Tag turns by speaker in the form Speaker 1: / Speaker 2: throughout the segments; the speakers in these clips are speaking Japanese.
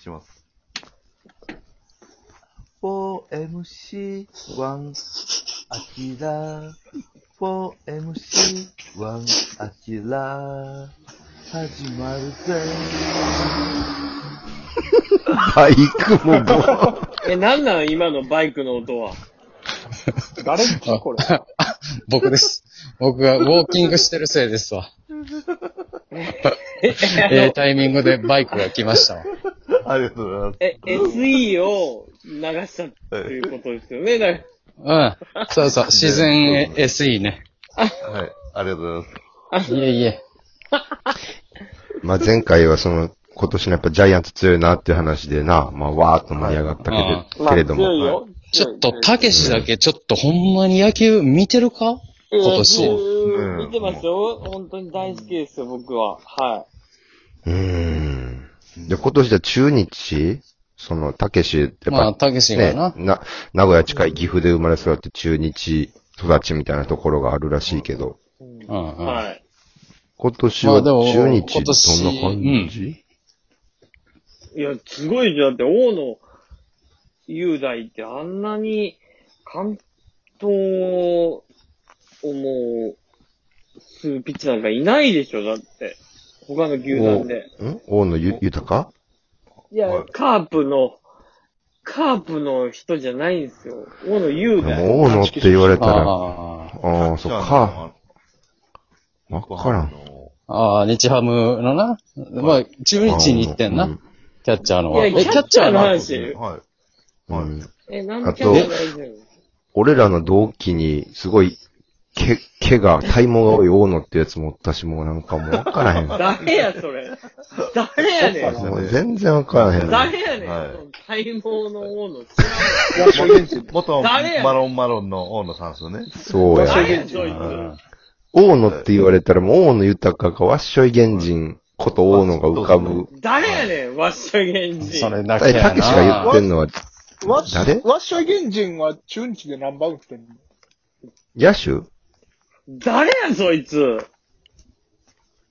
Speaker 1: します。4MC1 アキラ 4MC1 アキラ始まるぜ
Speaker 2: バイクもボー
Speaker 3: え、なんなん今のバイクの音は。
Speaker 4: 誰好きこれ。
Speaker 5: 僕です。僕がウォーキングしてるせいですわ。
Speaker 3: え、
Speaker 5: ええタイミングでバイクが来ましたわ。
Speaker 1: ありがとうござい
Speaker 3: え、SE を流したということですよね。だか
Speaker 5: うん。そうそう、自然 SE ね。
Speaker 1: ます。はい。ありがとうございます。
Speaker 5: いえいえ。
Speaker 2: まあ、前回はその、今年のやっぱジャイアンツ強いなっていう話でな、まあ、わーっと盛り上がったけ
Speaker 5: はい
Speaker 2: ど、けれども。
Speaker 4: 強いよ。
Speaker 5: ちょっと、たけしだけちょっとほんまに野球見てるか今年
Speaker 3: うん見てますよ。本当に大好きですよ、僕は。は
Speaker 2: うーん。で、今年じゃ中日その、たけし、やっ
Speaker 5: まあ、
Speaker 2: ぱ、
Speaker 5: たけしが
Speaker 2: ね、
Speaker 5: な。
Speaker 2: な、名古屋近い岐阜で生まれ育って中日育ちみたいなところがあるらしいけど、
Speaker 5: うんう
Speaker 3: い。
Speaker 5: ん。
Speaker 3: はい。
Speaker 2: 今年
Speaker 5: ま
Speaker 2: は
Speaker 5: あでも
Speaker 2: 中日
Speaker 5: 今年
Speaker 2: どんな感じ、
Speaker 3: いや、すごいじゃん。だって、大野雄大ってあんなに、関東をもう、するピッチャーなんかいないでしょ、だって。他の球団で。
Speaker 2: ん大野ゆ、豊か
Speaker 3: いや、カープの、カープの人じゃないんですよ。大野
Speaker 2: で
Speaker 3: 雄大。
Speaker 2: も大野って言われたら、あ
Speaker 5: あ
Speaker 2: あー、そっか。。わからん。
Speaker 5: あ、ああ、日ハムのな。まあ、中日に行ってん
Speaker 2: う
Speaker 5: な。キャッチャーの。
Speaker 3: いや、キャッチャーの
Speaker 5: は
Speaker 3: 話。
Speaker 1: は
Speaker 2: う
Speaker 1: い。
Speaker 2: ん
Speaker 3: え、なん
Speaker 2: あ
Speaker 3: で
Speaker 2: と
Speaker 3: キャッチャーの話なの
Speaker 2: 俺らの同期に、すごい、毛、毛が、体毛が多い大野ってやつもおったし、もうなんかもうわからへん。も
Speaker 3: 誰や、それ。誰やねん。
Speaker 2: う全然わからへん。
Speaker 3: 誰やねん。
Speaker 1: はい
Speaker 3: その体毛の王の。
Speaker 1: 元元
Speaker 3: 誰や
Speaker 1: マロンマロンの大野さんですよね。
Speaker 2: そうや。
Speaker 3: 誰や、そいつ。
Speaker 2: 大野って言われたら、もう大野豊か、わっしょい源人こと大野が浮かぶ。
Speaker 3: 誰やねん、わっしょい源氏。
Speaker 5: それだけ
Speaker 2: え、
Speaker 5: や
Speaker 2: たけしが言
Speaker 5: な
Speaker 2: っ。てんのは、
Speaker 4: わっし
Speaker 2: 誰
Speaker 4: わっしょい原人は中日で何番打ってんの
Speaker 2: 野手
Speaker 3: 誰や、そいつ。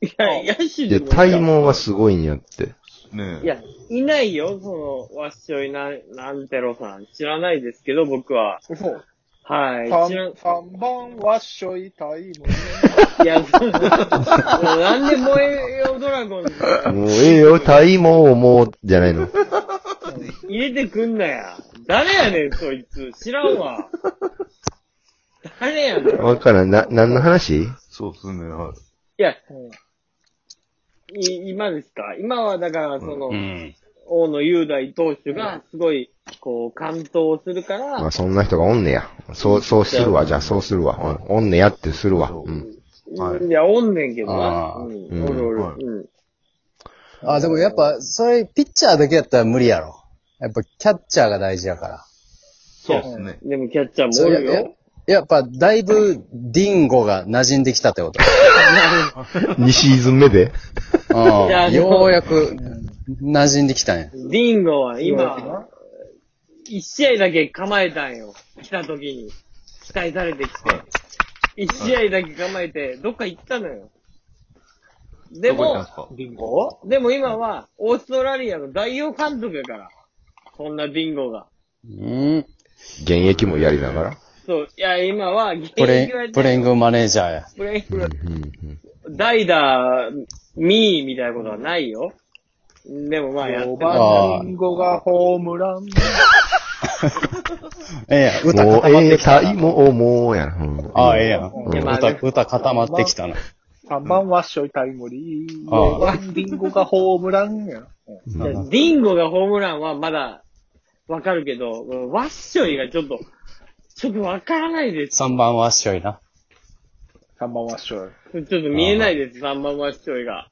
Speaker 3: いや、野手
Speaker 2: で、
Speaker 3: でも
Speaker 2: 体毛がすごいんやって。
Speaker 1: ね
Speaker 3: いや、いないよ、その、わっしょいな、なんてろさん。知らないですけど、僕は。
Speaker 4: そう。
Speaker 3: はい。知らん
Speaker 4: 三三番わっしょいタイム。
Speaker 3: いや、そうもうなんで燃えよドラゴンに
Speaker 2: もうええよ、体毛をもう、じゃないの。
Speaker 3: 入れてくんなや。誰やねん、そいつ。知らんわ。誰やねん。い
Speaker 2: わからん。な、何の話
Speaker 1: そうですね。はい。
Speaker 3: や、
Speaker 4: うん
Speaker 3: い今ですか今はだから、その、
Speaker 5: うん。
Speaker 3: 大野雄大投手が、すごい、こう、完投するから、
Speaker 2: まあ、そんな人がおんねや。そう、そうするわ。じゃあ、そうするわ。うんおんねやってするわ。うん。
Speaker 1: はい
Speaker 3: いや、おんねんけどな。
Speaker 5: あー
Speaker 3: うん、おるおる、
Speaker 1: はい
Speaker 3: うん。
Speaker 5: あ、でもやっぱ、それ、ピッチャーだけやったら無理やろ。やっぱ、キャッチャーが大事やから。
Speaker 1: そうですね。
Speaker 3: でも、キャッチャーも
Speaker 5: そ
Speaker 3: お
Speaker 5: うや
Speaker 3: る
Speaker 5: や
Speaker 3: よ。
Speaker 5: やっぱ、だいぶ、ディンゴが馴染んできたっ てこと。
Speaker 2: 2シーズン目で
Speaker 3: いや
Speaker 5: うん、
Speaker 3: でも
Speaker 5: ようやく、馴染んできたんや。
Speaker 3: ディンゴは今、一試合だけ構えたんよ。来た時に。期待されてきて。一試合だけ構えて、どっか行ったのよ。で
Speaker 1: どこ行ったん
Speaker 3: も
Speaker 1: です、か
Speaker 4: リンゴ
Speaker 3: でも今は、オーストラリアの代表監督やから。そんなディンゴが。
Speaker 5: うん。
Speaker 2: 現役もやりながら。
Speaker 3: そう、いや、今は、現
Speaker 5: プ
Speaker 3: 役
Speaker 5: レ
Speaker 3: は
Speaker 5: イ、プレイングマネージャーや。
Speaker 3: プレイング、
Speaker 2: うん
Speaker 3: 代打、ミーみたいなことはないよ。でもまあやって
Speaker 4: 五
Speaker 3: る。
Speaker 4: 番リンゴがホームラン。
Speaker 5: ええやん、
Speaker 2: うん
Speaker 5: 歌
Speaker 2: もう、
Speaker 5: 固まっ
Speaker 2: ええ、
Speaker 5: てきたな。
Speaker 2: 体も、おもうやな。うん
Speaker 5: ああ、ええやん。
Speaker 2: ん
Speaker 3: でまあ
Speaker 5: 歌、歌固まってきたな。
Speaker 4: 三番わっしょいタイムリー。
Speaker 5: ああ
Speaker 4: 四番リンゴがホームランや。うん
Speaker 3: いやディンゴがホームランはまだわかるけど、ワッショイがちょっと、ちょっとわからないです。
Speaker 5: 3番はっしょいな。
Speaker 4: 三番わっしょい。
Speaker 3: ちょっと見えないです、3番ワッショイが。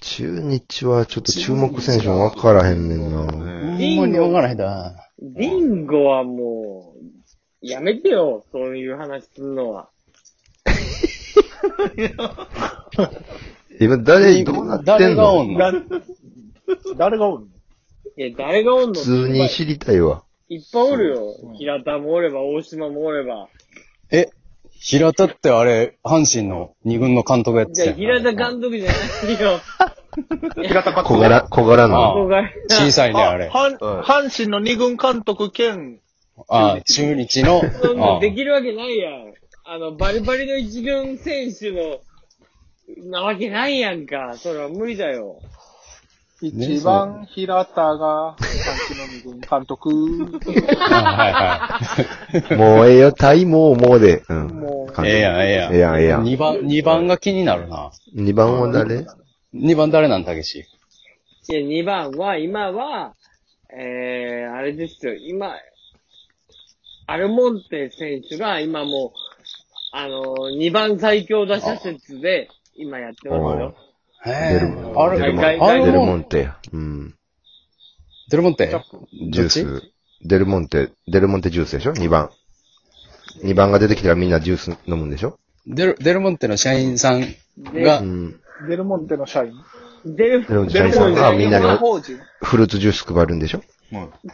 Speaker 2: 中日はちょっと注目選手も分からへんねんな。
Speaker 5: ほ
Speaker 1: ね
Speaker 5: ん
Speaker 3: リンゴ
Speaker 5: まにわからへんだ。
Speaker 3: ディンゴはもう、やめてよ、そういう話するのは。
Speaker 2: 今誰、どうなって
Speaker 5: 誰
Speaker 2: ん
Speaker 5: がお
Speaker 2: の
Speaker 5: んの
Speaker 4: 誰、誰がおるの
Speaker 3: いや、誰がおんの
Speaker 2: 普通に知りたいわ。
Speaker 3: いっぱいおるよ。平田もおれば、大島もおれば。
Speaker 5: え、平田ってあれ、阪神の二軍の監督やって
Speaker 3: じ
Speaker 5: た
Speaker 3: ゃあ、
Speaker 5: やん
Speaker 3: 平田監督じゃないよ。
Speaker 4: 平田勝
Speaker 2: 小柄、小柄な
Speaker 3: 小
Speaker 2: の。
Speaker 3: 柄な
Speaker 5: 小さいね、あれ。あ
Speaker 4: 阪
Speaker 1: うん
Speaker 4: 阪神の二軍監督兼、
Speaker 5: あ、中日の。
Speaker 3: そん
Speaker 5: あ
Speaker 3: な
Speaker 5: あ
Speaker 3: んできるわけないやん。あの、バリバリの一軍選手の、なわけないやんか。それは無理だよ。
Speaker 4: 一番平田が阪神の二軍監督。
Speaker 5: あはいはい。
Speaker 2: もうええよ、タイもうもうで。うん。
Speaker 4: も う
Speaker 2: 感じ
Speaker 5: ええやん、ええやん。
Speaker 2: ええやんええやん
Speaker 5: 2番、二番が気になるな。
Speaker 2: 2番は誰
Speaker 5: 2番誰なん、たけし。
Speaker 3: で、2番は、今は、えー、あれですよ、今、アルモンテ選手が今もう、あの、2番最強打者説で、今やってますよ。
Speaker 5: へ
Speaker 2: デ
Speaker 5: え
Speaker 2: ル
Speaker 5: あ
Speaker 2: モ
Speaker 5: れ、
Speaker 2: ンデルモ
Speaker 3: 外
Speaker 5: あれ
Speaker 2: ン
Speaker 5: も
Speaker 2: デルモンテや。うん。
Speaker 5: デルモンテ
Speaker 2: ジュース。デルモンテ、デルモンテジュースでしょ ?2 番。2番が出てきたらみんなジュース飲むんでしょ
Speaker 5: デル、デルモンテの社員さんが
Speaker 2: う、ん。
Speaker 4: デルモンテの社員。
Speaker 3: デル
Speaker 2: デルモンテ
Speaker 3: デ
Speaker 2: 社員
Speaker 3: ル
Speaker 2: さん
Speaker 3: モン
Speaker 2: が
Speaker 3: テ
Speaker 2: みんなに
Speaker 4: 法人。
Speaker 2: フルーツジュース配るんでしょ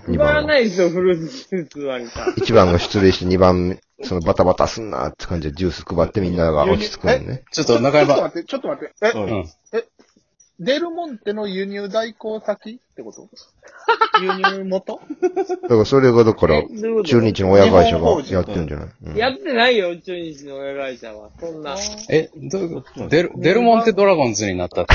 Speaker 3: 配らないですよ、フルーツジュースはにさ。
Speaker 2: ?1 番が出塁して2番、そのバタバタすんなって感じでジュース配ってみんなが落ち着くのね。
Speaker 5: ちょっと中
Speaker 4: ちょっと
Speaker 5: 山、
Speaker 4: 待って、ちょっと待って。え、
Speaker 5: うん。
Speaker 4: デルモンテの輸入代行先ってこと輸入元
Speaker 2: だからそれがだから、
Speaker 3: どういうこと
Speaker 2: 中日の親会社がやってるんじゃない、うん
Speaker 3: やってないよ、中日の親会社は。そんな。い
Speaker 5: え、どういうことデル、デルモンテドラゴンズになったって。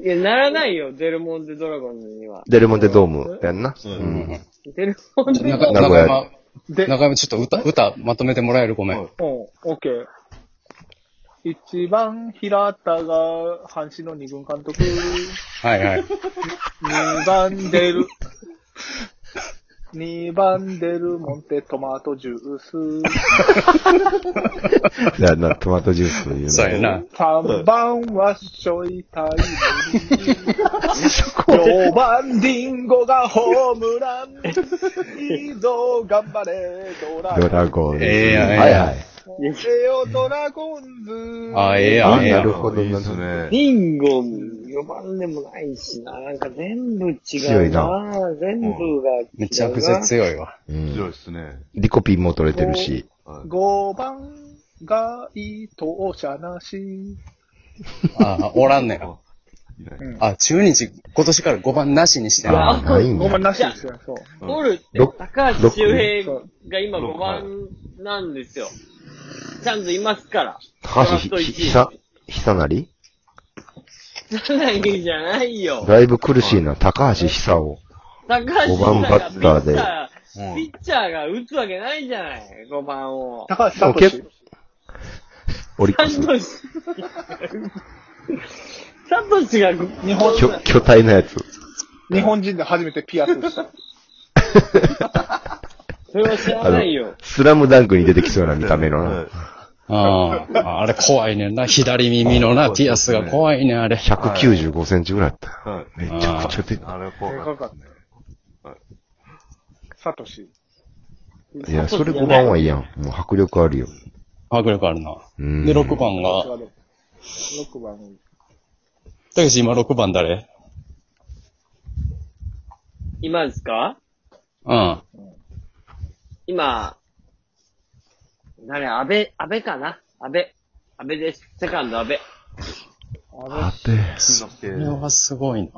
Speaker 3: や、ならないよ、デルモンテドラゴンズには。
Speaker 2: デルモンテドームやんな。うん。
Speaker 3: デルモンテドラゴン
Speaker 5: 中
Speaker 2: 名古
Speaker 5: 中
Speaker 2: 屋
Speaker 5: 山、
Speaker 4: で、うん、
Speaker 5: 中山ちょっと歌、歌まとめてもらえるごめん。
Speaker 4: オッケー。一番平田が阪神の二軍監督、
Speaker 5: はいはい。
Speaker 4: 二番デル、二番デルモンテトマトジュース、
Speaker 2: いやな、トマトジュースというの。
Speaker 5: そうやな。
Speaker 4: 三番はしょいたい四番リンゴがホームラン、いいぞ頑張れドラゴ
Speaker 2: ド
Speaker 4: ン
Speaker 2: ラゴンズ。
Speaker 5: ええやんええやん
Speaker 2: はいはい。
Speaker 4: レオドラゴンズ。
Speaker 5: あ、ええやん、
Speaker 2: あ、
Speaker 5: ええや
Speaker 2: なんる。ほど、
Speaker 6: いい
Speaker 2: な
Speaker 6: で
Speaker 2: るほ
Speaker 6: す
Speaker 2: ど。
Speaker 6: ね。
Speaker 3: リンゴ、4番でもないしな。なんか全部違
Speaker 2: 強
Speaker 3: う
Speaker 2: い
Speaker 3: な
Speaker 2: な。
Speaker 3: 全部が違うな。
Speaker 5: めちゃくちゃ強いわ。
Speaker 2: う
Speaker 6: 強い
Speaker 2: ん。
Speaker 6: ですね。
Speaker 2: リコピンも取れてるし。
Speaker 4: 5番がい当社なし。
Speaker 5: ああ、おらんねん。
Speaker 6: いない。
Speaker 4: うん
Speaker 5: あ、中日、今年から5番なしにしてん
Speaker 2: あ
Speaker 5: な。
Speaker 2: あ、ないん
Speaker 4: 5番
Speaker 2: や。
Speaker 4: なしですよ。そう。
Speaker 3: おるって
Speaker 2: ろ、
Speaker 3: 高橋周平が今
Speaker 6: ろ
Speaker 3: 5番なんですよ。ちゃんといますから。
Speaker 2: 高橋ひ、ひ、ひさ、ひさなり
Speaker 3: つなぎじゃないよ。
Speaker 2: だいぶ苦しいな。高橋ひさを。
Speaker 3: 高橋
Speaker 2: 五番バッターで
Speaker 3: がピ
Speaker 6: うん
Speaker 3: ッチャーピッチャーが打つわけないじゃない、5番を。
Speaker 4: 高橋聡
Speaker 2: でもオリッ
Speaker 3: サ
Speaker 2: クス。
Speaker 3: トシ。サトシが日本
Speaker 2: 巨、巨体のやつ。
Speaker 4: 日本人で初めてピアスした。
Speaker 3: それは知らないよ。
Speaker 2: スラムダンクに出てきそうな見た目の
Speaker 6: は。
Speaker 2: ない
Speaker 5: ああ、あれ怖いねんな。左耳のな、ピアスが怖いねん、あれ。
Speaker 2: 195センチぐらいあったよ。
Speaker 6: はい。
Speaker 2: めちゃくちゃでか
Speaker 6: あれ怖
Speaker 4: で
Speaker 6: か
Speaker 4: か
Speaker 6: っ
Speaker 4: か
Speaker 6: た
Speaker 4: っ。た。サトシ。
Speaker 2: い。いや、それ5番はい
Speaker 3: い。
Speaker 2: いやん。もう迫力あるよ。
Speaker 5: 迫力あるな。
Speaker 2: うん。
Speaker 5: で、6。番が、
Speaker 4: 6番。
Speaker 5: たけし今6番誰
Speaker 3: 今ですか
Speaker 5: うん。
Speaker 3: 今、誰、安倍、安倍かな安倍。安倍です。セカンド安倍。
Speaker 2: あて、
Speaker 6: しんのすけ。
Speaker 5: これはすごいな。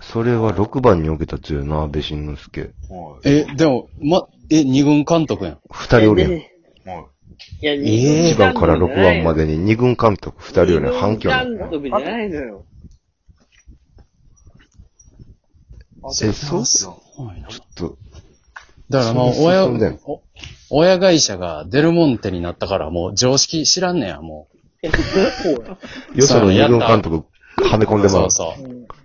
Speaker 2: それは6番に置けた強いな、安倍晋之助。
Speaker 6: は
Speaker 5: え、でも、ま、え、二軍監督やん。
Speaker 2: 二人おるやん。
Speaker 3: い
Speaker 6: い。はい。
Speaker 3: や、
Speaker 5: え
Speaker 2: 1番から6番までに2軍監督2人より反響
Speaker 3: 二軍監督じゃないのよ。
Speaker 2: え、そうちょ
Speaker 5: すごいな。
Speaker 2: っと、
Speaker 5: だからもう、
Speaker 2: そんな
Speaker 5: 親、
Speaker 2: 進んでん
Speaker 5: お親会社がデルモンテになったから、もう常識知らんねや、も
Speaker 2: よその2軍監督はめ込ん
Speaker 5: う。
Speaker 2: で
Speaker 5: そ
Speaker 2: ま
Speaker 5: う
Speaker 2: す。
Speaker 5: そ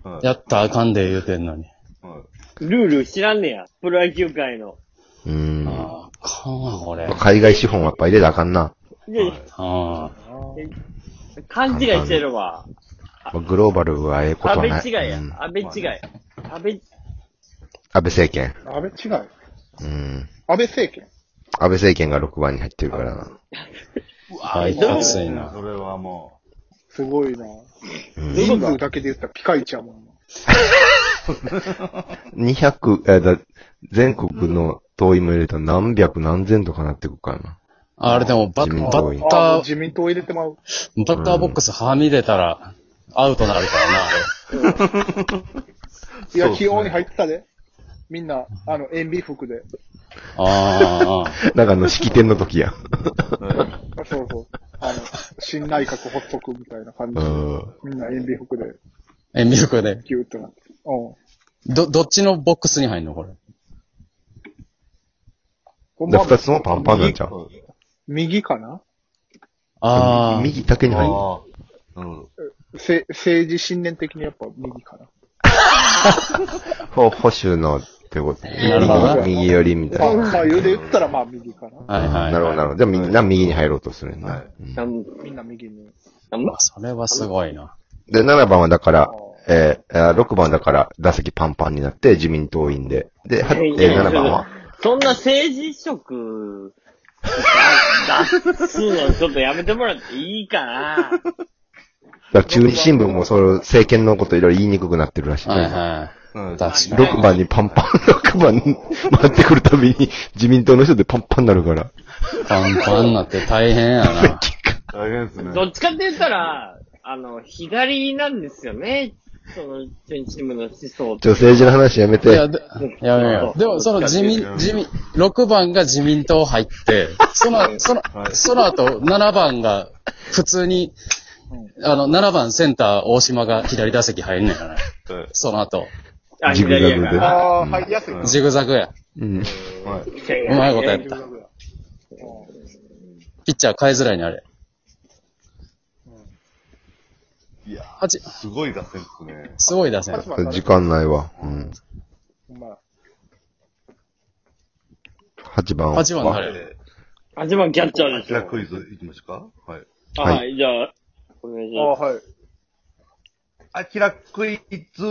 Speaker 6: は
Speaker 5: う。やったらあかんで言うてんのに。
Speaker 6: い。はい。
Speaker 3: ルール知らんねや。プロ野球界の。
Speaker 2: うーん。
Speaker 5: ああ、あかんわ、これ。
Speaker 2: 海外資本はやっぱ入れたらあかんな。
Speaker 3: で
Speaker 5: あ
Speaker 3: 勘違いしてるわ。
Speaker 2: まあグローバルはええこと
Speaker 3: 安
Speaker 2: は
Speaker 3: 倍
Speaker 2: ない。
Speaker 3: 違いや
Speaker 2: うん。安
Speaker 3: 安倍違い。安倍、
Speaker 2: 倍政権。
Speaker 4: 安倍違い。安
Speaker 2: うん。
Speaker 4: 倍政権。
Speaker 2: 安倍政権が6番に入ってるからな。
Speaker 5: あ、あいつ熱いな。
Speaker 6: それはも
Speaker 4: すごいな。
Speaker 2: うん
Speaker 4: 人数だけで言ったらピカイチやもんな。
Speaker 2: 200、えだ、全国の党員も入れたら何百何千とかなってくからな。
Speaker 5: あれでもバ
Speaker 2: 自民
Speaker 5: ッ、バ
Speaker 2: 党員
Speaker 5: ッ
Speaker 4: あもう
Speaker 5: ター、
Speaker 4: 自民党入れてまう。
Speaker 5: バッターボックスはみ出たら、アウトなるからな、あれ。
Speaker 4: いや、
Speaker 2: そうっすね
Speaker 4: 気温に入ってたで。みんな、あの、塩ビ服で。
Speaker 5: あー
Speaker 2: なんかあの、式典の 時や。
Speaker 4: あそうそう。 あの、新内閣発足みたいな感じ
Speaker 2: う
Speaker 4: で。
Speaker 2: ん。
Speaker 4: みんな塩ビ服で、
Speaker 5: あー、え、ミルクで。
Speaker 4: ギューってなって。うん。
Speaker 5: ど、どっちのボックスに入んのこれ。
Speaker 4: ほん
Speaker 2: で、
Speaker 4: ま
Speaker 2: 二つともパンパンなんちゃう
Speaker 4: 右かな
Speaker 5: ああ。
Speaker 2: 右だけに入る。
Speaker 1: うん。うん。
Speaker 4: せ政治信念的にやっぱ右かな。
Speaker 2: ほ保守のってこと。
Speaker 5: なるほどな
Speaker 2: 右右寄りみたい
Speaker 4: まあ、
Speaker 2: な。
Speaker 4: まあ、言うで言ったらまあ右かな。
Speaker 5: はいはい。
Speaker 2: なるほど、なるほど。じゃあみんな右に入ろうとするね。
Speaker 1: はい
Speaker 3: なん
Speaker 4: みんな右に。
Speaker 3: なんだ
Speaker 5: それはすごいな。
Speaker 2: で、7番はだから
Speaker 4: あ、
Speaker 2: えー、あー6番だから打席パンパンになって自民党員で。で、はえー、
Speaker 3: いやいや
Speaker 2: 7番は
Speaker 3: そんな政治 色、出すのちょっとやめてもらっていいかな。
Speaker 2: だから中日新聞もその政権のこといろいろ言いにくくなってるらしい、ね。
Speaker 5: はいは
Speaker 1: うん
Speaker 5: い。確かに。
Speaker 2: 6番にパンパン、6番回ってくるたびに自民党の人でパンパンになるから。
Speaker 5: パンパンになって大変やな。
Speaker 1: 大変ですね。
Speaker 3: どっちかって言ったら、あの、左なんですよね。その、全チームの思想
Speaker 2: ちょ、政治の話やめ
Speaker 5: いや、
Speaker 2: て。
Speaker 5: でやめよう。でも、その自民、自民、6番が自民党入って、その、その、その後、7番が普通に、あの、7番センター大島が左打席入んねんから、
Speaker 1: はい
Speaker 5: その後、
Speaker 3: あ、
Speaker 2: ジグザグ
Speaker 3: 左
Speaker 2: で
Speaker 3: やか
Speaker 2: うん
Speaker 3: ら。
Speaker 4: ああ、入りやすい。
Speaker 5: ジグザグや。
Speaker 2: うん。
Speaker 1: はい。
Speaker 5: うまいことやった。ピッチャー変えづらいね、あれ。
Speaker 1: いや、
Speaker 5: 八
Speaker 1: すごい打線ですね。
Speaker 5: すごい打線。
Speaker 4: 八番
Speaker 2: 時間ないわ。うん。
Speaker 4: ま
Speaker 2: 8番は。
Speaker 5: 8番誰
Speaker 1: え
Speaker 3: 8番キャッチャー
Speaker 1: ー、
Speaker 3: で
Speaker 1: じ
Speaker 3: し
Speaker 1: ゃあ
Speaker 3: ょ。
Speaker 1: クイズいきましょうか。はい。
Speaker 3: あ
Speaker 2: はい
Speaker 3: はい、じゃあ、お願いし
Speaker 4: あ、あ
Speaker 3: ま
Speaker 4: あはい。
Speaker 1: アキラクイズ